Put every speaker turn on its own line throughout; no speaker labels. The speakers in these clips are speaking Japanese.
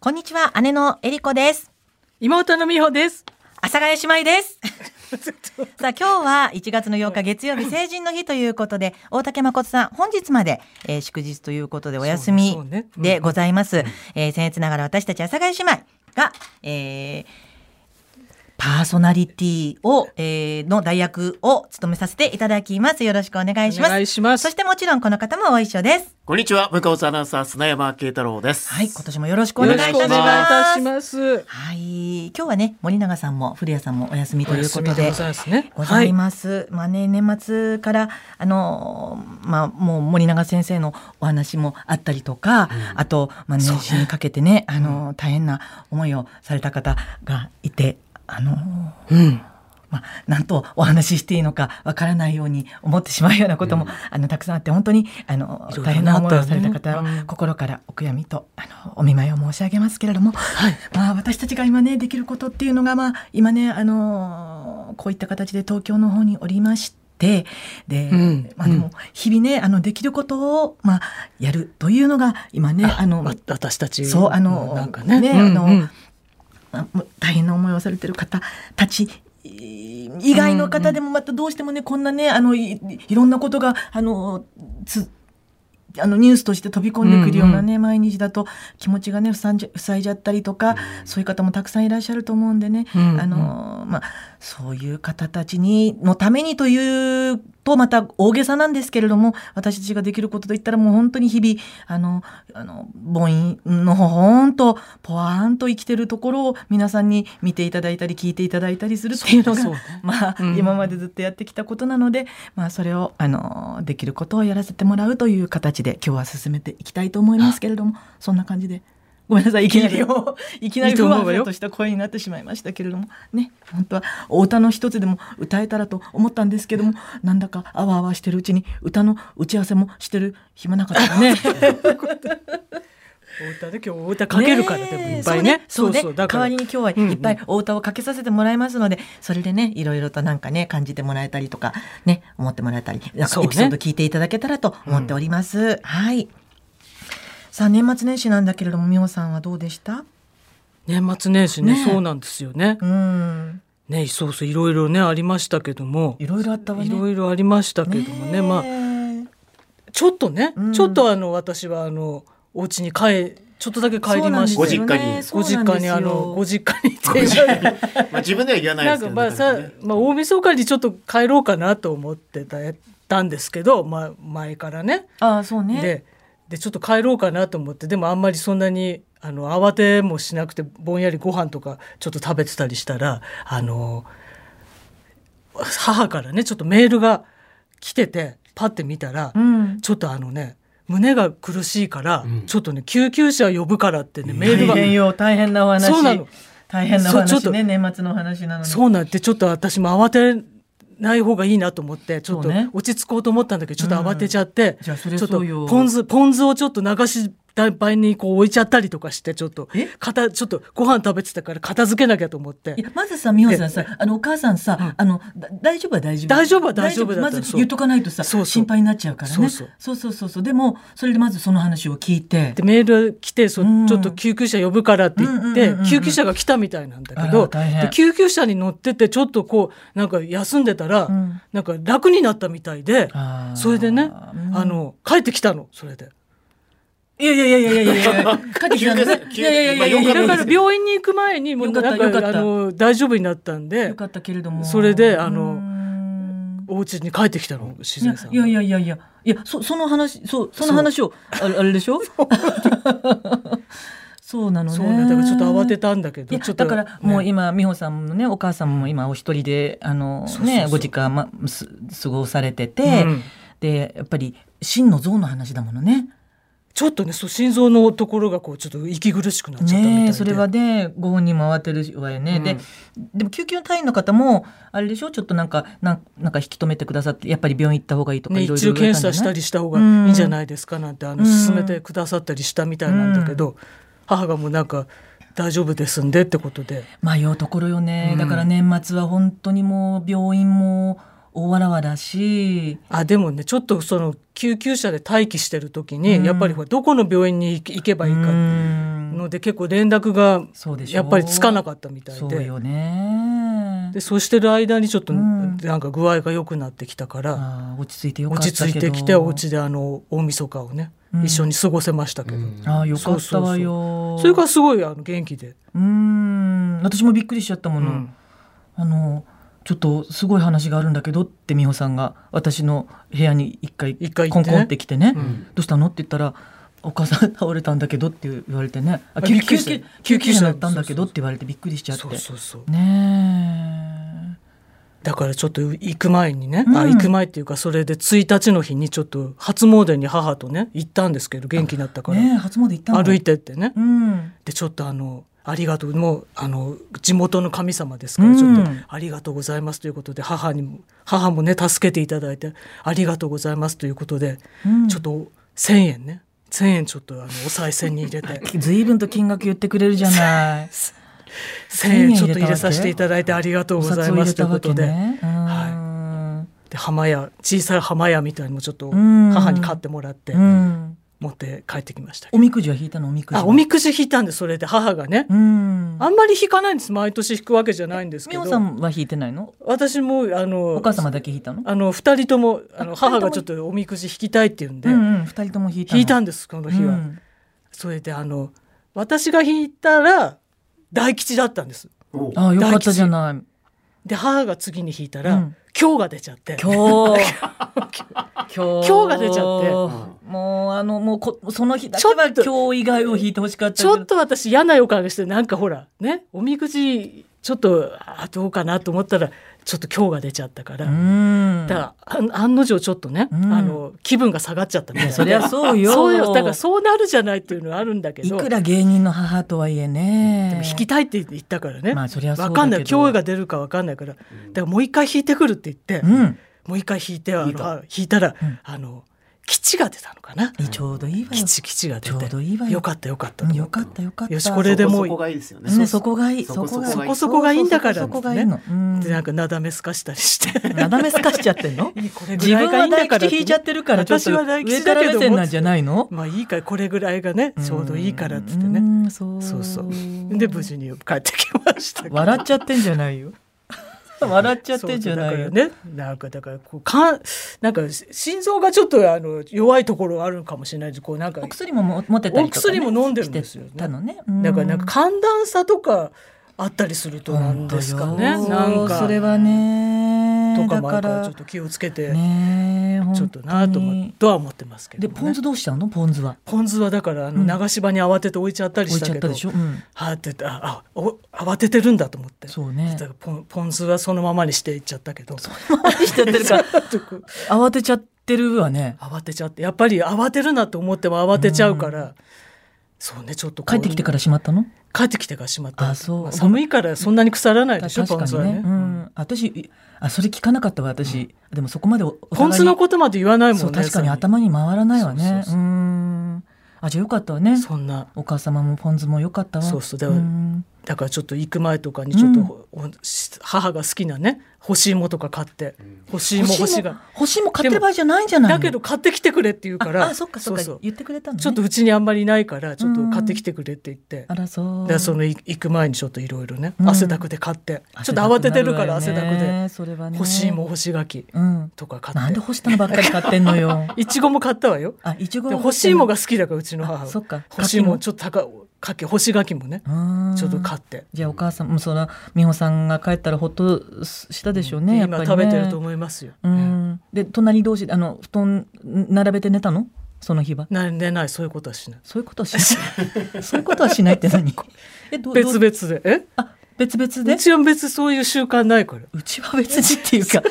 こんにちは、姉のえりこです。
妹の美穂です。
阿佐ヶ谷姉妹 です。さあ今日は1月の8日月曜日成人の日ということで大竹誠さん本日まで、えー祝日ということでお休み
そうねそうね
でございます、えー僭越ながら私たち阿佐ヶ谷姉妹が、えーパーソナリティを、えーの代役を務めさせていただきますよろしくお願いしま
お
す
願いします
そしてもちろんこの方もご一緒です
こんにちは、向川アナウンサー、砂山慶太郎です。
はい今年もよろしくお
よ
願
ろ
いいた
し
し
くお願いい
ま
た
す
します。
はい今日はね森永さんも古谷さんもお休みというこ
お
と
休み
で
ございますね。
ござい
は
ます。まあね年末からあのーまあもう森永先生のお話もあったりとか、あとまあ年始にかけてねあのー大変な思いをされた方がいてあのー
い。うん。
まあ、なんとお話ししていいのかわからないように思ってしまうようなことも、あのたくさんあって本当にあの
いろいろ
大変な思いをされた方
あったよねう
は
ん
心からお悔やみとあのお見舞いを申し上げますけれども、まあ、私たちが今ねできることっていうのが、まあ、今ねあのこういった形で東京の方におりまして。で、
うん
まあで
う
も
ん
日々ねあのできることをまあやるというのが今ねあの
わ私たち。
そうあの
なんかね。
ね
うん
あの
うん
あもう大変な思いをされてる方たちえー以外の方でもまたどうしてもね、こんなねあのいいろんなことがあのつあのニュースとして飛び込んでくるようなね、毎日だと気持ちがね塞んじゃ塞いじゃったりとか、そういう方もたくさんいらっしゃると思うんでね、
うん
あのまあ、そういう方たちにのためにというとまた大げさなんですけれども私たちができることといったらもう本当に日々あのあの母音のほほんとぽわーんと生きてるところを皆さんに見ていただいたり聞いていただいたりするっていうのが
そうねそうね
まあ、
うん
今までずっとやってきたことなので、まあ、それをあのできることをやらせてもらうという形で今日は進めていきたいと思いますけれどもそんな感じで。ごめんなさいいきなりをいきなり
いいと
ふ
思う
わ
わよ
ふわとした声になってしまいましたけれどもね本当はお歌の一つでも歌えたらと思ったんですけどもなんだかあわあわしてるうちに歌の打ち合わせもしてる暇なかった ね。
お歌ね今日お歌かけるから
ね
でもいっぱいね。
そうね
そう
代わりに
に。
今日は
うんうん
いっぱいお歌をかけさせてもらいますので、それでねいろいろとなんかね感じてもらえたりとかね思ってもらえたりなんか
そうね
エピソード聞いていただけたらと思っております。はい。さあ年末年始なんだけれども美穂さんはどうでした？
年末年始ね
ね
そうなんですよね
う。ん
ねそうそういろいろねありましたけども。
いろいろあったわね。
いろいろありましたけどもねまあ
あ
ちょっとね
うん
ちょっとあの私はあのお家に帰ちょっとだけ帰りまして。
ご実家に
ご実家にあのご実家にっていう
まあ、自分では言わない
な
で
んか
すけど、
まあさ、
ね
まあ大晦日にちょっと帰ろうかなと思ってたたんですけど、まあ前からね。
ああそうね。
で、でちょっと帰ろうかなと思って、でもあんまりそんなにあの慌てもしなくてぼんやりご飯とかちょっと食べてたりしたら、あの母からねちょっとメールが来ててパって見たら、
うん。
ちょっとあのね胸が苦しいから、
うん
ちょっとね救急車呼ぶからってねメールが
大変よ大変なお話。
そうなの
大変なお
そうちょ
話
っと
ね年末のお話なのに。
そうなってちょっと私も慌てない方がいいなと思ってちょっと
そうね
落ち着こうと思ったんだけどちょっと慌てちゃって、
じゃあそれ
ちょっ
そ
と
うよ。
ポン酢ポン酢をちょっと流し台にこう置いちゃったりとかしてちょっと
え
片ちょっとご飯食べてたから片付けなきゃと思って
いやまずさ美穂さんさあのお母さんさ、あのだ大丈夫は大丈夫
大丈夫は大丈夫だった
ま
の
ず
そう
言っとかないとさ
そうそう
心配になっちゃうからね
そうそう
そうそうそうそうでもそれでまずその話を聞いて
でメール来てそ
うん
ちょっと救急車呼ぶからって言って、
うんうんうんうん
救急車が来たみたいなんだけ
あら
ど
大変
で救急車に乗っててちょっとこうなんか休んでたら、
うん
なんか楽になったみたいで
あー
それでね、
うん
あの帰ってきたのそれで。
いやいやいやいやいやいや かけてたのね
休憩
いやいやいやいやい
ま
や
あ
だ
よ
から病院に行く前にもう
よかった
なんか
よかった
あの大丈夫になったんで
よかったけれども
それであの
うん
お家に帰ってきたの自
いや
然さんが
いやいやいやいやいやそその話そうその話をあれあれでしょ そうなのね
そうねだからちょっと慌てたんだけ
い
ど
や
ちょっと
だからもう
ね
今、美穂さんもねお母さんも今お一人であの
そうそうそう
ねご時間、ま、す過ごされてて、
うん
でやっぱり真の像の話だものね。
ちょっとねそう心臓のところがこうちょっと息苦しくなっちゃったみたいで、
ねえそれはねご本人も慌てるわよね、
うん
ででも救急隊員の方もあれでしょちょっとなんかなんなんか引き止めてくださってやっぱり病院行った方がいいとか
ね、
いろいろ
一
言
応
われ
検査した
んじ
りした方がいいんじゃないですかなんてあの
うん
勧めてくださったりしたみたいなんだけど、母がもうなんか大丈夫ですんでってことで
ゃない迷うところよね、
うん
だから年末は本当にもう病院も大わらわだし、
あでもねちょっとその救急車で待機してる時に、
うん
やっぱりほらどこの病院に行け行けばいいか
の
ので結構連絡が
そうでしょ
やっぱりつかなかったみたいで
そうよね
でそうしてる間にちょっと
うん
なんか具合が良くなってきたから、
あー落ち着いてよかったけ
落ち
ど
着いてきてお家であの大晦日をね、
うん
一緒に過ごせましたけど、
うん
ああよかったわよ
それからすごいあの元気で、
うーん私もびっくりしちゃったも
う
の、
ん
あのちょっとすごい話があるんだけどって美穂さんが私の部屋に一回
一回行
コ
っ
ン
てね
コンって来てね、
うん
どうしたのって言ったらお母さん倒れたんだけどって言われてねあ
あ
救
びっ
急
くりした
救救急車だったんだ
そう
け
そ
ど
う
って言われてびっくりしちゃって
そうそうそう
ね
だからちょっと行く前にね、あ
うん
行く前っていうかそれで1日の日にちょっと初詣に母とね行ったんですけど元気になっ
え
たから、
ねえ初詣行ったの
歩いてってね、
うん
でちょっとあのありがとうもうあの地元の神様ですから、
うん
ちょっとありがとうございますということで母にも母もね助けていただいてありがとうございますということで、
うん
ちょっと1,000円ね1,000円ちょっとあのお賽銭に入 れて
随分と金額言ってくれるじゃ ない
1,000円ちょっと入れさせていただいてありがとうございますということで、
は
で浜屋小さい浜屋みたいにもちょっと
うん
母に買ってもらって
いうん
持って帰ってきました
お
けど、
みくじは引いたのおみくじは
あおみくじ引いたんでそれで母がね、
うん
あんまり引かないんです毎年引くわけじゃないんですけ
み
ど
おさんは引いてないの
私もあの
お母様だけ引いたの
あの二人ともあの
あ二人とも
母がちょっとおみくじ引きたいって言うんで、
うんうん二人とも引いたの
引いたんですこの日は、
うん
それであの私が引いたら大吉だったんです
おう
ああよかったじゃない
で母が次に引いたら、
うん
今日が出ちゃって
今日今日
今日が出ちゃって
もうあのもうこその日だけは
ちょっと
今日以外を引いてほしかった
ち
けど
ょっと私嫌な予感がしてなんかほらねおみくじちょっとあどうかなと思ったらちょっと今日が出ちゃったから、
うん
だからあん案の定ちょっとね、
うん
あの気分が下がっちゃったみたいな
そりゃそうよ
そうよだからそうなるじゃないっていうのはあるんだけ
い
ど
くら芸人の母とはいえ
でも
ね
引きたいって言ったからね、
まあそりゃそうだけ
わ
ど
かんない今日が出るかわかんないからだからもう一回引いてくるって言って、
うん
もう一回引いてあの
引いた
引いたら、
うん
あの吉が出たのかな、
いいちょうどいいわよ
吉吉が出
ちょう
て
どいいわよ
よかったよかった
う
と
ん
思
よ
って、
かったよかった
よしこれでもう
そこがいいですよね。
ねそこがいい
そこ
そこが
そこ
そこがいいんだから
そうそうそこがいいのうん
でなんかなだめすかしたりして
なだめすかしちゃってん の
これぐ
自
らい
分
がいい
は
んだ
大
から
吉引いちゃってるからちょっと
私は大
上
吉
か
だ
ら
け
目
ど
線
も
なんじゃないの
まあいいからこれぐらいがねちょうどいいからっつってね、
うんそう
そうそうで無事に帰ってきましたけど
笑っちゃってんじゃないよ笑っちゃってんじゃない
そ
よ
うだからねなんかだからこうかんなんか心臓がちょっとあの弱いところがあるのかもしれないですこうなんか
お薬も持ってたりとか、ね、
お薬も飲んでるんですよね
してたのね
だからなんか寒暖差とかあったりするとなんですかねなんか
それはね
とか
だ
もあ
か
るからちょ
ら
っと気をつけて、
ねえ
ちょっとなと
本当
思
に
とは思ってますけど、
で
ね、
ポン酢どうしちゃうのポン酢は
ポン酢はだからあ
う
の
ん
流し場に慌てて置いちゃったり
置
し
い
た
ちゃっ
け
た
ど、
でしょ、うん、
はーって言ってああお慌ててるんだと思って
そうね
だからポンポン酢はそのままにしていっちゃった けど
何しちゃってる か慌てちゃってるわね
慌てちゃってやっぱり慌てるなと思っても慌てちゃうから、そうねちょっとこ
帰
う
ってきてからしまったの
帰ってきてからしまった
あそう
ま寒いからそんなに腐らないでしょ
確
ポ
か
ン酢
に
は
ね
ね、
うん、私いあそれ聞かなかったわ私、でもそこまでおお
ポ
互い
ン
に
酢のことまで言わないもんね
そう確かに
さ
頭に回らないわね
そう
う
そうそう
ーんあじゃあよかったわね
そんな
お母様もポン酢もよかったわ
そうそうだ
だ
から
ん
だからちょっと行く前とかにちょっと、おし母が好きなね干し芋とか買って干し芋干
星
し
も
が
星も買ってる場合じゃないんじゃないの
だけど買ってきてくれって言うから
ああそっかそっか
うそう
言ってくれたの、ね、
ちょっとうちにあんまりいないからちょっと買ってきてくれって言って、
あらそう
でそのい行く前にちょっといろいろね、
うん
汗だくで買ってちょっと慌ててるから汗だくで
でそれはね
干し芋干し柿
うん
とか買
な
っ
ん
て
で干したのばっかり買ってんの よ
いちごも買ったわよ
あいちご
で干し芋
が
が好きだからうちの母は
そっか
干し芋
柿
ちょっと高い柿干し柿もね
もうーん
ちょっと買って
じゃあお母さんもその美穂さんが帰ったらほっとしたでしょうね、やっぱ
今
りね
食べてると思いますよ、
う
うん
んで隣同士であの布団並べて寝たのその日は
な寝ないそういうことはしない
そういうことはしない そういうことはしないって何えどうど
別
う
々で
あ別々
え
で
うちは別にそういう習慣ないから
うちは別にっていうか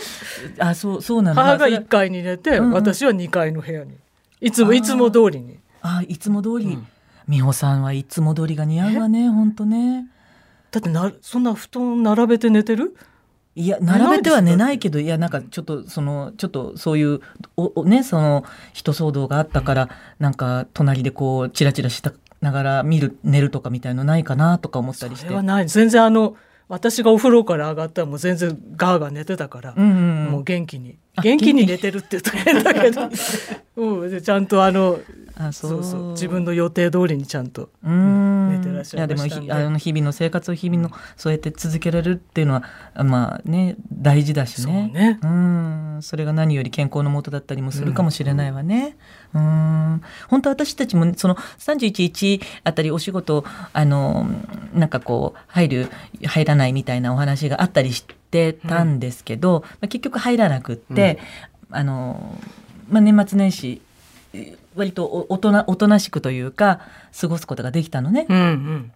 あそうそうなんだ
母が
それ
1階に寝て、
うんうん
私は2階の部屋にいつ
あ
も
ー
いつも通りに
あいつも通り、
うん
美穂さんはいつも通りが似合うわね本当ね
だってなそんな布団並べて寝てる
いや
ない
並べては寝ないけどいやなんかちょっとそのちょっとそういうおおねその人騒動があったから、なんか隣でこうチラチラしたながら見る寝るとかみたいのないかなとか思ったりし
そ
て
れはない全然あの私がお風呂から上がったらもう全然ガーガー寝てたから、
うんうん
もう元気に
あ
元気に寝てるって言うと変だけど、 うん、でちゃんとあの
あ
そうそう自分の予定通りにちゃんと
うん
寝てらっしゃいましたんで
やでもひあの日々の生活を日々のそうやって続けられるっていうのはあまあね大事だし
そう
ね
ね
うんそれが何より健康のもとだったりもするかもしれないわね。うん本当私たちもその311あたりお仕事あのなんかこう入る入らないみたいなお話があったりしてたんですけど、まあ、結局入らなくって、あのまあ、年末年始割とおおとなおとなしくというか過ごすことができたのね。
うんうん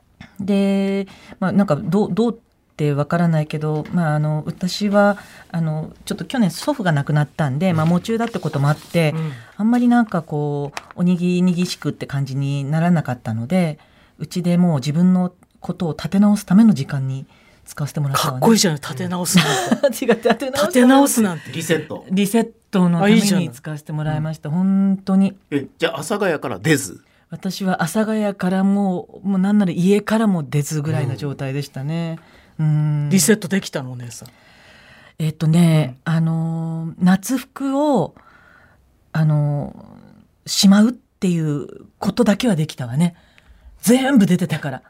で、まあ、なんかどうどうってわからないけど、まあ、あの私はあのちょっと去年祖父が亡くなったんで、まあ、喪中だってこともあって、
うん
あんまりなんかこうおにぎにぎしくって感じにならなかったのでうちでもう自分のことを立て直すための時間に使わせてもらった
か
わ
っ
ね。
こいいじゃない立て直すなん て
違う立て直す
立て直すなんて
リセット。
リセットのた
あ
め
いいじゃない
に使わせてもらいました本当に
え、じゃあ、阿佐ヶ谷から出ず。
私は阿佐ヶ谷からももうなんなら家からも出ずぐらいの状態でしたね。うん
リセットできたのお姉さん
えっとね、あのー夏服をあのーしまうっていうことだけはできたわね全部出てたから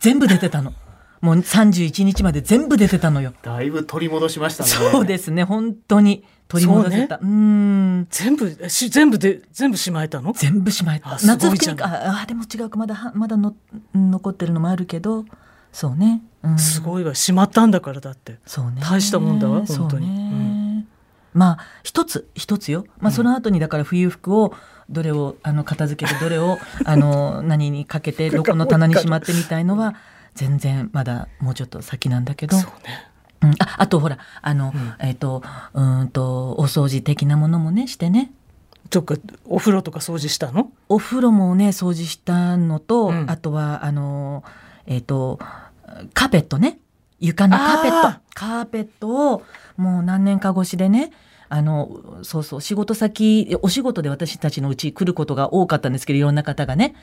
全部出てたのもう31日まで全部出てたのよ
だいぶ取り戻しましたね。
そうですね本当に取り戻せたう,、ん
全部し全部で全部しまえたの
全部しまえ
あ
た
す
夏
ごい
服
じゃ
に
ん
ああでも違うかまだはまだの残ってるのもあるけどそうね、うん、
すごいわしまったんだからだって
そうね。
大したもんだわ本当に
そうね
うん
まあ一つ一つよ。まあその後にだから冬服をどれをあの片付けてどれ をあの何にかけてどこの棚にしまってみたいのは全然まだもうちょっと先なんだけど。
そうね
うん、ああとほらあの、えっ、とうーんとお掃除的なものもねしてね。
どっかお風呂とか掃除したの
お風呂もね掃除したのと、
うん
あとはあのえっ、とカーペットね床のカーペッ
あ
トカーペットをもう何年か越しでねあのそうそう仕事先お仕事で私たちのうち来ることが多かったんですけどいろんな方がね。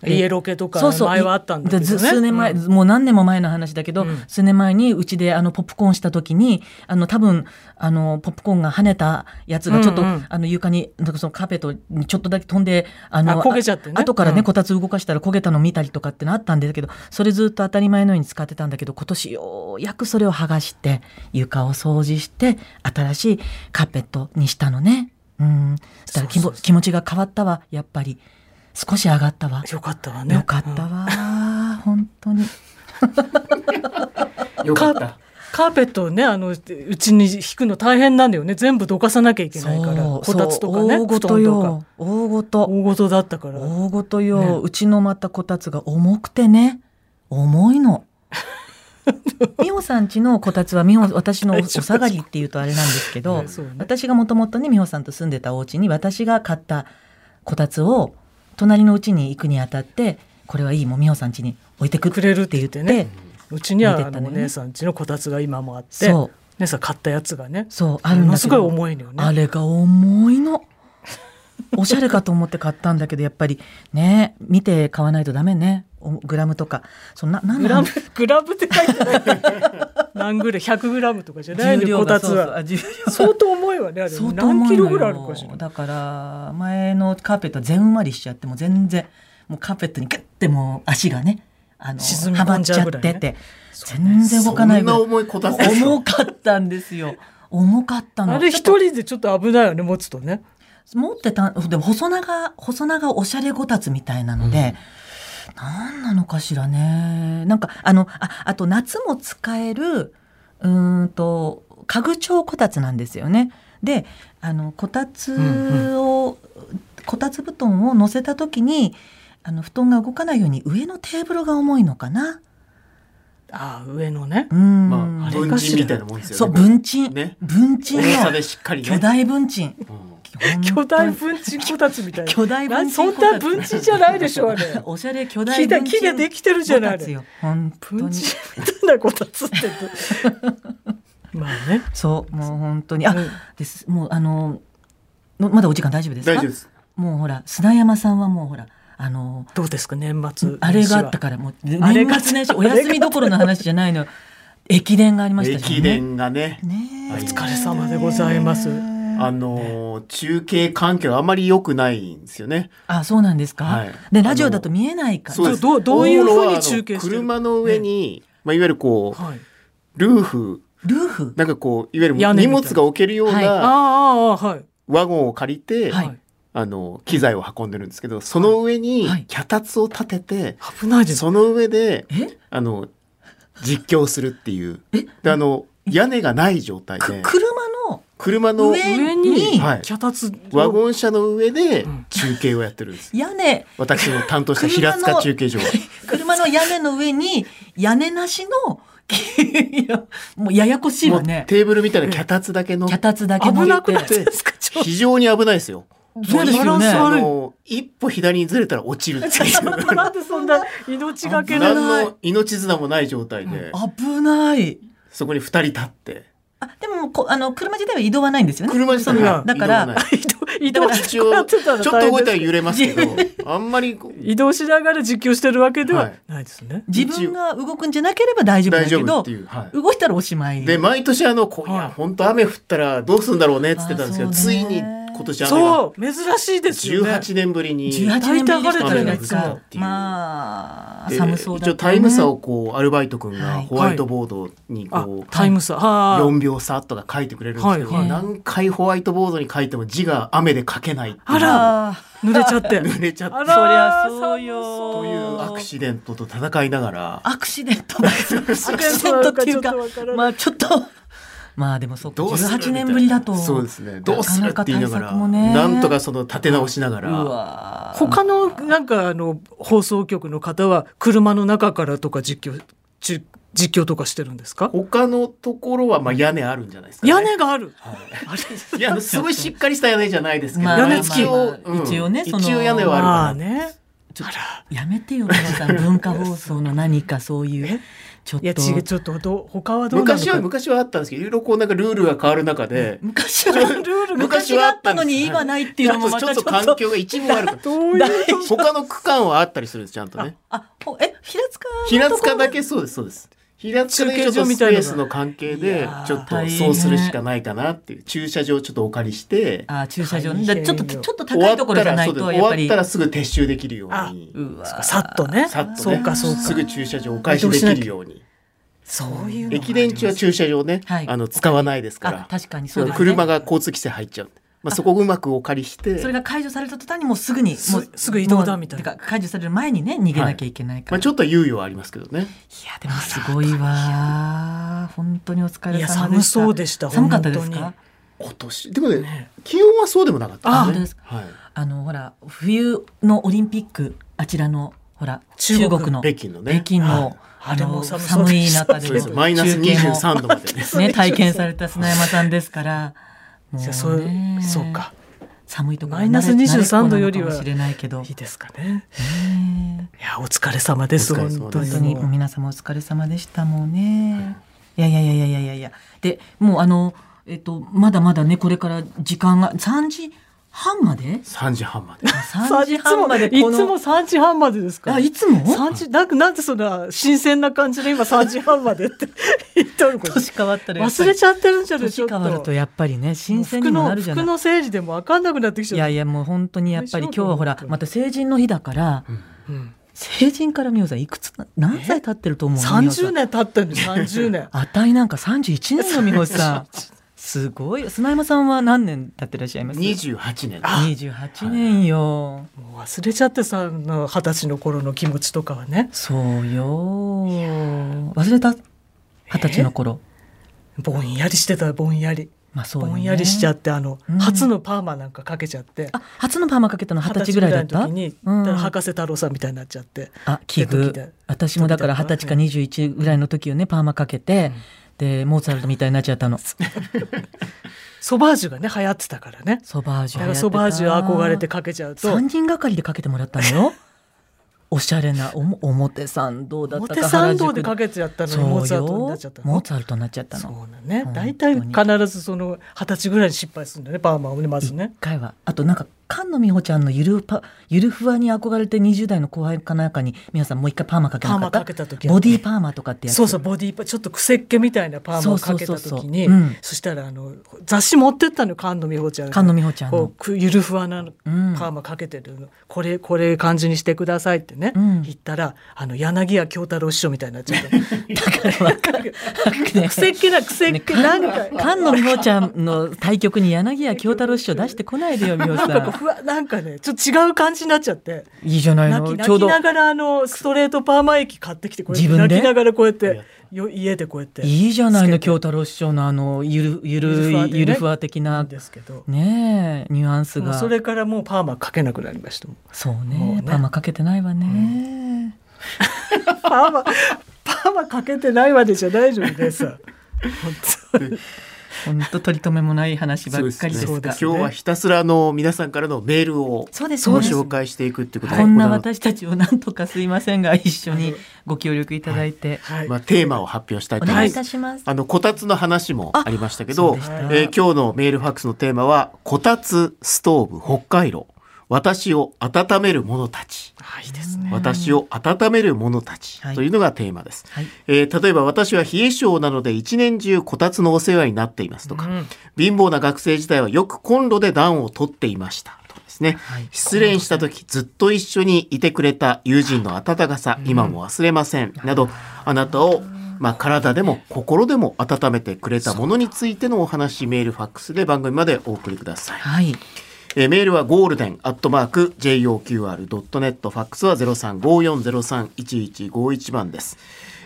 で
家ロケとか
そうそう
前はあったんだけどね
いず数年前、
うん
もう何年も前の話だけど、
うん
数年前にうちであのポップコーンした時にあの多分あのポップコーンが跳ねたやつがちょっと、
うんうん
あの床になんかそのカーペットにちょっとだけ飛んであの
あ焦げちゃってね
あ後からね、
うん
こたつ動かしたら焦げたの見たりとかってのあったんですけどそれずっと当たり前のように使ってたんだけど今年ようやくそれを剥がして床を掃除して新しいカーペットにしたのね。うん、そしたら気も
そうそうそう
気持ちが変わったわやっぱり少し上がったわ。
よかったわね
よかった
うん
わ、本当に。
よかった。
カーペットをねあのうちに引くの大変なんだよね全部どかさなきゃいけないからこたつとかね
大
布
ごと
団とか
よ。大ごと。
大ごとだったから
大ごとよ、
ね
うちのまたこたつが重くてね。重い の。美穂さん家のこたつは美穂私のおお下がりっていうとあれなんですけど、
ねそうね
私がもともとね美穂さんと住んでたお家に私が買ったこたつを隣の家に行くにあたってこれはいいもう美穂さん家に置いてく
くれるって言ってね
言
うちには
見
あ
てたの
のお
よね
姉さん家のこたつが今もあって
そう
姉さん買ったやつがね
そうあるんだけど
ものすごい重いのよね
あれが重い の。おしゃれかと思って買ったんだけど、やっぱりね、見て買わないとダメね。おグラムとか。そんな、なん
グラムグラムって書いてない何グラム100グラムとかじゃない
重
のよ
量
こた
が
つ
そうそう
は
あ重量
相当重いわねあれ
相当重いのよ
何キロぐらいあるかしら
だから、前のカーペットは全埋まりしちゃって、もう全然、もうカーペットにグッてもう足がね、あの、
沈み
はま
込
っ
ん
ち
じゃ
ゃ
う
っ
ぐらいね
てて、全然動かないぐらい
そんな重いこたつですか
重かったんですよ。重かったの。
あれ
ちょっと
一人でちょっと危ないよね持つとね
持ってた、でも細長、細長おしゃれこたつみたいなので、なん、何なのかしらね。なんか、あの、あ、あと夏も使える、うーんと、家具調こたつなんですよね。で、あの、こたつを、こたつ布団を乗せた時に、あの、布団が動かないように上のテーブルが重いのかな。
ああ上のね
うん。
まあ、
れ
文
かしら
人みたいなもんです
そ
よ
う、
ね。
文鎮。
ね
文鎮
重さで
の、
しっかりね。
巨大文鎮。
うん
巨大文鎮こたつみたいな
巨大文鎮
そん
こたつ
な文鎮じゃないでしょ あれ
おしゃれ巨
木
大
で
文鎮
木でできてるじゃない
こたつよ本当
文
に
鎮みたいなこた つってどまあね
そうもう本当にあ、
うん
ですもうあののまだお時間大丈夫ですか
大丈夫です。
もうほら砂山さんはもうほらあの
どうですか年末
あれがあった
か
からもう
あれが
年末年始お休みどころの話じゃないのよ駅伝がありましたしね。
駅伝がね、
ねえ。
お疲
れ様でございます
あのー中継環境があまり良くないんですよね。
あ、そうなんですか。
はい
で、ラジオだと見えないから。
そうです
どうどういうふうに
道路はあの
中継してる
車の上に、まあ、いわゆるこう、
はい。
ルーフ、
ルーフ。
なんかこう、いわゆる
屋根み
荷
たいな
物が置けるよう
はい
な
あーあー、あーはい。
ワゴンを借りて、
はい
あの、機材を運んでるんですけど、その上に
はい
脚立を立てて、
危ないです。
その上で、
え
あの、実況するっていう。
え
で、あの、屋根がない状態
く
で、
車の
車の
上
上に
はい
脚立を
ワゴン車の上で
うん
中継をやってるんです。
屋根、
私の担当した平
車
塚
の
中継所は。
車の屋根の上に、屋根なしの、 いやもうややこしい
も
わ
う
ね。
テーブルみたいな脚立だけの、
脚立だけ乗
危なくな
っ
い
て。
ですかちょっと
非常に危ないですよ。
そうですよ
バランス
ね。
悪い
あの、一歩左にずれたら落ちる ってい
なんでそんな命がけ
う。
な
危
の
ない
何の命綱もない状態で、
危ない。
そこに二人立って。
あ、でも、こあの、車自体は移動はないんですよね。
車自体は
だから
移動はない
移動し
一
なが
応、
ら
ちょっと動いたら揺れますけど、あんまりこう
移動しながら実況してるわけで
は
はいないですね。
自分が動くんじゃなければ大丈夫だ
大
け
丈夫っ
ど
て、いう。はい
動いたらおしまい。
で、毎年あの、こい
は
や、
い
本当雨降ったらどうするんだろうねって言ってたんですけど、
あそう
つ
ね
いに今年雨が
そう珍しいですよね。
18年ぶり
18
に。
年ぶりでした
大体晴れてる
ね
や
い
つ
つ
だ
か
っていう
まあ
で
寒そうだ
一応タイム差
を
をこう、アルバイト君が
はい
ホワイトボードに
あ
こう、
タイム差は
4秒差とか書いてくれるんですけど、
はい
はい
何回ホワイトボードに書いても字が雨で書けないっていう
あらい濡れちゃって。
濡れちゃっ
あ
た
ら
そりゃそうよ
そ
というアクシデントと戦いながら
アクシデントアクシデントっていうか
ちょっと わからない
まあちょっとまあでもそうか
どうするみ
18
たいな
年ぶりだと
そうですねどうするって言いなが
な
ら
かなか対策もね
なんとかその立て直しなが
う
ら
わー
他のなんかあの放送局の方は車の中からとか実況じ実況とかしてるんですか？
他のところはまあ屋根あるんじゃないですか、ね、
屋根がある。あれ
いやすごいしっかりした屋根じゃないですけど、
ま
あ屋根付き
一応、
まあ一応ねその
一応屋根はあるか
ま
な
あね。
ちょっとやめてよ皆さん文化放送の何かそういう
え
ちょっ
いや違
と
うちょっとどう他はどうなの
昔は
か。
昔はあったんですけどいろいろこうなんかルールが変わる中で、
昔は
ルールが
昔はあったのに今ないっていうのもま
ちょ
た
っ
ちょ
と
っと
環境が一部ある から
どういうこと
他の区間はあったりするんですちゃんとね
あほえ平塚の
平塚
ところ
だけそうですそうです平塚だけち
中
ょっ
継所
と
み
スペ
たいなの
ー
が
スの関係
い
で
やー
ちょっ
大
と
変
そうするしかないかなっていう駐車場ちょっとお借りして
あ駐車場
大変
だからちょっと
よ
ちょっと
終
高
わ
いところじ
った
ゃ
ら
な
そう
い
で
と
す終
やっ
わ
ぱ
っ
り
たらすぐ撤収できるように
うわ
さっとね。
さっとね
そうかそうか。
すぐ駐車場お返しできるように
そういうのがあります
駅伝中は駐車場ね、
はい
あの使わないですか
あ
ら
確かにそうですね
車が交通規制入っちゃう、まあ、そこをうまくお借りして
それが解除された途端にもうすぐに
す
もう
すぐ移動だみたいな
もうてか解除される前にね逃げなきゃいけないから、
まあ、ちょっと猶予はありますけどね
いやでもすごいわ本当にお疲れ様
い
で
や
した
寒そうでした。
寒かったですか
本
今年でもね
ね
気温はそうでもなかった
あ本当です
はい、
あのほら冬のオリンピックあちらのほら
中
中
国
国の
北京のね
北京
はい
の、
はい
あ
あれも
の
寒そう
寒
で
い
した
中で
そう
の
ですマイナ
中
ス
継も
23度までね
ね体験された砂山さんですからもう
当に。じゃ
ね
あそういうそうか。
寒いところ
マイナス23度よりは
慣れっこなのかもしれないけど
いいですかね。
ね
いやお疲れ様です
お疲れ様です
本当
本当に
に。
もう皆様お疲れ様でしたもうね。いやいやいやいやいやいやでもうあのえっとまだまだねこれから時間が3時半まで
3時半ま で。
3時半まで
いつ
こ
もいつ
の
も三時半までですか。
あいつも
三時なんかなんでそんな新鮮な感じで今三時半までって言っておること。
年変わったらやっぱり
忘れちゃってるんじゃないち
年
ょっと。
変わるとやっぱりね新鮮に
服
もな
の
るじゃな
服
い
の整理でも分かんなくなってき
い
ちゃ
や
う。
いやもう本当にやっぱり今日はほらまた成人の日だから
うん
成人から美穂さんいくつな何歳経ってると思うの
三
美穂さ
十
ん。
年経ったんで三十年
あたいなんか31年の美穂さんすごい砂山さんは何年経ってらっしゃいます
28年。
28年よ、
もう忘れちゃってさあの二十歳の頃の気持ちとかはね
そうよー忘れた二十歳の頃
ぼんやりしてたぼんやり
まあそうよね
ぼんやりしちゃってあの、
うん
初のパーマなんかかけちゃって
あ初のパーマかけたの二十歳ぐらいだった
二十歳ぐらいの時に、
うん
だから博士太郎さんみたいになっちゃって
あ奇
って
遇
時で
私もだから二十歳か二十一ぐらいの時をねパーマかけて、でモーツァルトみたいになっちゃ ったの
ソバージュがね流行ってたからね
ソバージ
だ
ュ流行
から
ってた
ソバージュ憧れてかけちゃうと
三人がかりでかけてもらったのよ おしゃれなおも表参道だった
表
か
参道で
原
か
宿
けちゃったの
そう
に
よ
モーツァルトになっちゃったの
モーツァルトになっちゃったの
そうだね
本当に
大体必ずその二十歳ぐらいに失敗するんだよねパーマをねまずね
一回はあとなんか菅野美穂ちゃんのゆるパゆるふわに憧れて20代の後輩かなんかに皆さんもう一回パーマかけなかった
パーマかけた時あるね
ボディーパーマとかってやつ
そうそうボディーパちょっと癖っ気みたいなパーマをかけた
そうそうそうそう
時にそ
うん
したらあの雑誌持ってったのよ菅野美穂ちゃんが
菅野美穂ちゃんの
こうくゆるふわなのパ
ん
ーマかけてるの、これこれ感じにしてくださいってね、
うん
言ったらあの柳家京太郎師匠みたいになっちゃった
だからわかるね
癖っ気な癖っ
ね
気
菅
なん
野
か
菅野美穂ちゃんの対局に柳家京太郎師匠出してこないでよ美穂
なんかこう
さ
ふわなんかねちょっと違う感じになっちゃって
んいいじゃない
泣
の
き
ちょ
泣
う
き
ど
ながらあのストレートパーマ液買ってきてこうやって
自分で
泣きながらこうやってよ家でこうやって
いいじゃない
つ
の
けて
京太郎師匠のあのゆるゆ
ゆる
る
ふわでね
ゆるふわ的
な
なん
ですけど
ねえニュアンス
もう
が
それからもうパーマかけなくなりましたもん
そう
もう
ね
ね
パーマかけてないわね、
パーマパ ーマかけてないわけじゃないのにねさ本
本当取り留めもない話ばっかりですが。
そうですね
今日はひたすらあの皆さんからのメールを
そうです
ご
そうです
紹介していくってことで
こんな
こだ
私たちをなんとかすいませんが一緒にご協力いただいて、
当はい、
まあテーマを発表したいと
お
思い
願い
ま
い
す。
たします。
あのこたつの話もありましたけど、
あそうでした
えー今日のメールファックスのテーマはこたつストーブ北海道私を温める者たち
はいいいですね
私を温める者たち
はい
というのがテーマです、
はい
えー例えば私は冷え性なので一年中こたつのお世話になっていますとか、
うん
貧乏な学生時代はよくコンロで暖を取っていましたとかですね、
はい
失恋した時ずっと一緒にいてくれた友人の温かさ、今も忘れませんなどあなたをまあ体でも心でも温めてくれたものについてのお話メールファックスで番組までお送りください、
はい、
えーメールはゴールデンアットマーク JOQR.net ファックスは0354031151番です、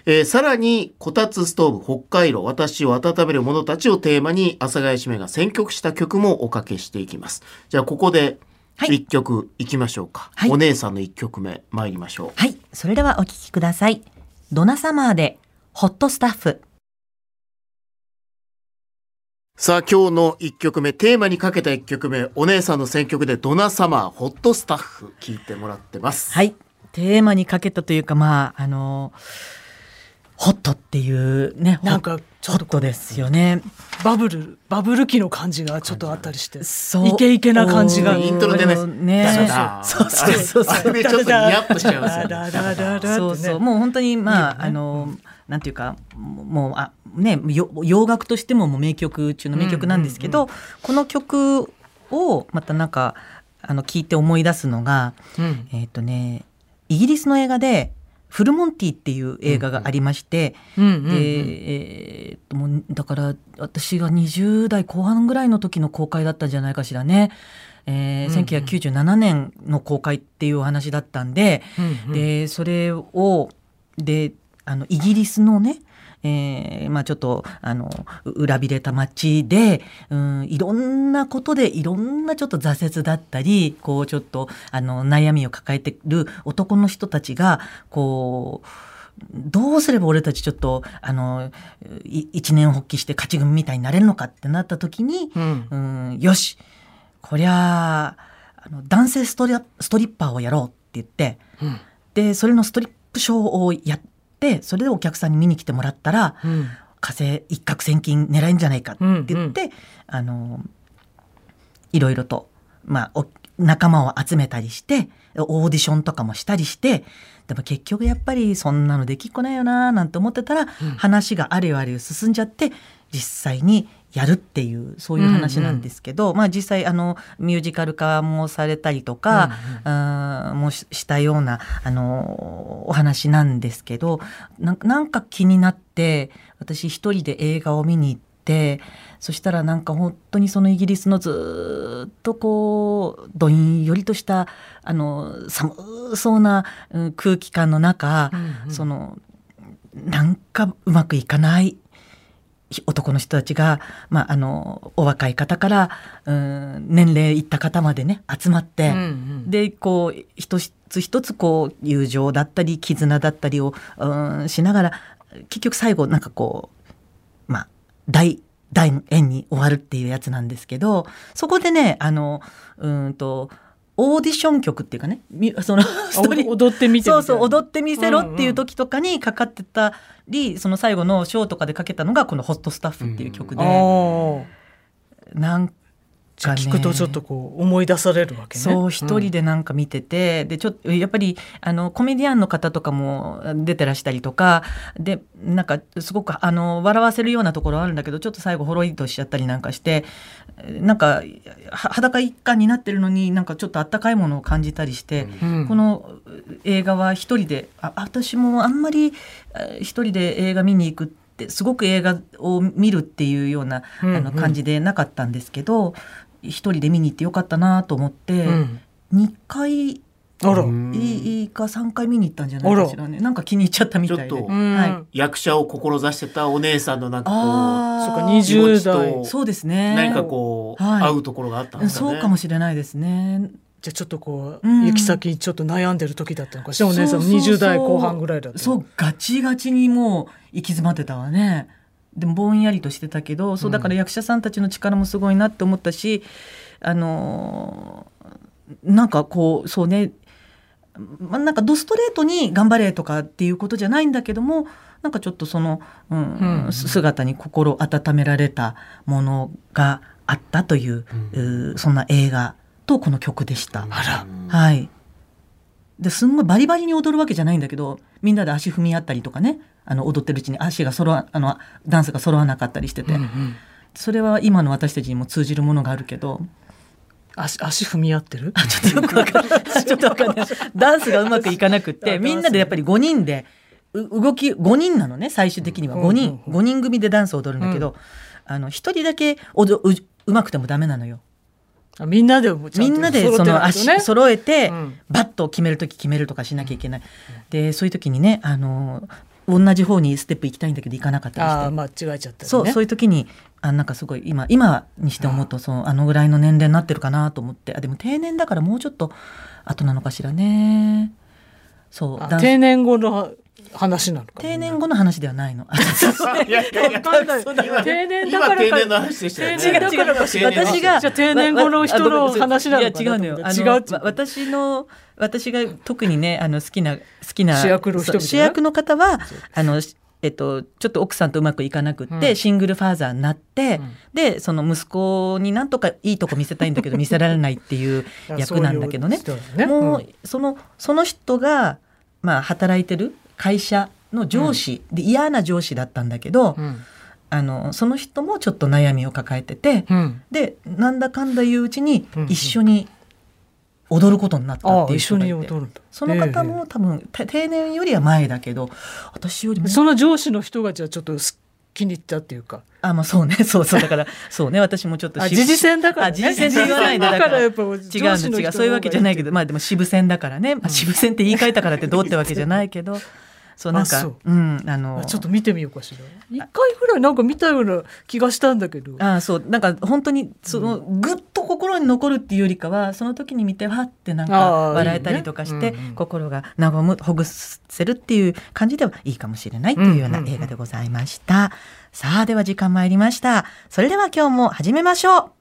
えーさらにこたつストーブ北海道私を温める者たちをテーマに阿佐ヶ谷姉妹が選曲した曲もおかけしていきますじゃあここで
はい
一曲いきましょうか、
はい
お姉さんの一曲目参りましょう
はい、それではお聞きください。ドナサマーでホットスタッフ。
さあ今日の一曲目テーマにかけた一曲目お姉さんの選曲でドナサマーホットスタッフ聞いてもらってます
はい、テーマにかけたというか、まあ、あの。ホットっていうね、
なんかち
ホ
ょっ
ッ
と
トですよね。
バブルバブル期の感じがちょっとあったりして
そう
イケイケな感じが
イントロでね
ね
ダラダラ
そうそうそうそう
あれでちょっとニヤッとしちゃいますよね
ダラダラダラってね
そうそう、もう本当に、まあ、
いいよね
あの、なんていうか、もう、あ、ね、よ洋楽としても、もう名曲中の名曲なんですけど。この曲を、また、なんか、あの、聞いて思い出すのが、
うん
えっ、とね。イギリスの映画で、フルモンティっていう映画がありまして。
うんうん
で、えーっともうだから私が20代後半ぐらいの時の公開だったんじゃないかしらね、えー
うんうん
1997年の公開っていうお話だったんで,、
うん
でそれをであのイギリスのねえーまあ、ちょっとあのう裏びれた街で、うん、いろんなことでいろんなちょっと挫折だったりこうちょっとあの悩みを抱えてる男の人たちがこうどうすれば俺たちちょっとあのい一年発起して勝ち組みたいになれるのかってなった時に、
うん
うんよしこりゃああの男性ストリストリッパーをやろうって言って
うん
でそれのストリップショーをやってそれでお客さんに見に来てもらったら
うん
火星一攫千金狙えんじゃないかって言って、あのいろいろと、まあ、お仲間を集めたりしてオーディションとかもしたりしてでも結局やっぱりそんなのできっこないよななんて思ってたら、話があれよあれよ進んじゃって実際にやるっていうそういう話なんですけど、まあ、実際あのミュージカル化もされたりとか、あーもししたような、あのーお話なんですけどなんかなんか気になって私一人で映画を見に行ってそしたらなんか本当にそのイギリスのずーっとこうどんよりとしたあの寒そうな、うん空気感の中、そのなんかうまくいかない男の人たちが、まあ、あのお若い方から、うん、年齢いった方までね集まって。
うんうん
でこう一つ一つこう友情だったり絆だったりをうんしながら結局最後なんかこうまあ大大円に終わるっていうやつなんですけどそこでねあのうーんとオーディション曲っていうかねみそのストーリー
踊ってみてみたい
そうそう
な
踊ってみせろっていう時とかにかかってたり、その最後のショーとかでかけたのがこの「ホットスタッフ」っていう曲で、
あー
なん
じゃあ聞くとちょっとこう思い出されるわけね。
そう一人でなんか見てて、でちょっとやっぱりあのコメディアンの方とかも出てらしたりとかでなんかすごくあの笑わせるようなところあるんだけどちょっと最後ほろりとしちゃったりなんかしてなんかは裸一貫になってるのになんかちょっとあったかいものを感じたりして、
うん
この映画は一人であ私もあんまりえー一人で映画見に行くってすごく映画を見るっていうような、
うん
あ
う
の
ん
感じでなかったんですけど一人で見に行ってよかったなと思って、
うん
二2回
あら、
うん
いいか3回見に行ったんじゃないかしらねなんか気に入っちゃったみたいで
ちょっと
うん
はい
役者を志してたお姉さんのなんかこ
あー
そうか
う気持ち
20代
と
そうですね
何かこう、
はい
合うところがあったんですかね。
そうかもしれないですね
じゃあちょっとこう、
うん
行き先ちょっと悩んでる時だったのかしらお姉さんも
そうそうそう
20代後半ぐらいだったの
そうガチガチにもう行き詰まってたわねでもぼんやりとしてたけどそうだから役者さんたちの力もすごいなって思ったし、あのーなんかこうそうねまあ、なんかドストレートに頑張れとかっていうことじゃないんだけどもなんかちょっとその、うん
うん
す姿に心温められたものがあったという、うーそんな映画とこの曲でした。
あら、
はい。ですんごいバリバリに踊るわけじゃないんだけど、みんなで足踏み合ったりとかね、あの踊ってるうちに足が揃わ、あのダンスが揃わなかったりしてて、
うんうん
それは今の私たちにも通じるものがあるけど、
足足踏み合ってる
ちょっとよくわかんない。ちょっとわかんない。ダンスがうまくいかなくっ
ダン
て、
ス
みんなでやっぱり5人で、う動き5人なのね、最終的には
うん
5
うん
人、
うん
5人組でダンスを踊るんだけど、あの1人だけ踊ううまくてもダメなのよ。
あみんなでもちゃ
み
と
んなで
揃っ
そ
て
の
ないと
足
ね
揃えて、
うん
バッと決める時決めるとかしなきゃいけない、でそういう時にねあの同じ方にステップ行きたいんだけど行かなかったりして
ああ間違えちゃったりね
そうそういう時にあなんかすごい今今にして思うとそうあのぐらいの年齢になってるかなと思ってあでも定年だからもうちょっと後なのかしらねそう
あ
ダンス
定年後の話なのか
定年後の話ではないの。あそうそう
いやいやいや
定年だから
今
か
定年の話でしたよ
定
ね。
年だからか
定年の話
私が
じゃあ定年後の人の話なのか
いや違う
な
のよ。あ
違
の
うって
わ私の私が特にねあの好きな好きな
主役の人みたいな
そう主役の方はあのしえっとちょっと奥さんとうまくいかなくって、
うん
シングルファーザーになって、でその息子になんとかいいとこ見せたいんだけど見せられないっていう役なんだけどね。
そういう人だよね
もう、
ん
そのその人がまあ働いてる会社の上司、で嫌な上司だったんだけど、
うん
あのその人もちょっと悩みを抱えてて。
うん
でなんだかんだ言ううちに
うんうん
一緒に踊ることになった
あ
っ
あ
てい
一
う人
緒
がい
に
て、
踊るんだ
その方
え
も多分て定年よりは前だけど私より
え
も
その上司の人がじゃあちょっと好きに入ったっていうか
あまあそうねそうそうだからそうね私もちょっと
あ
し
時事戦だから
あ
ね
時事戦で言わないで
だ
だ
か
からら
や
違
っぱ上司の人
うの違うそういうわけじゃないけ
ど
どまあでも渋戦だからね、まあ、渋戦って言い換えたからってどうってわけじゃないけどそうなん
あ
か
そう
ううんあの
あちょっと見てみようかしら一回ぐらいなんか見たような気がしたんだけど
ああそうなんか本当にそのぐっと心に残るっていうよりかはその時に見てはってなんか
ああ
笑えたりとかして
いいねうんうん
心が和むほぐせるっていう感じではいいかもしれないっていうような映画でございました、さあでは時間参りましたそれでは今日も始めましょう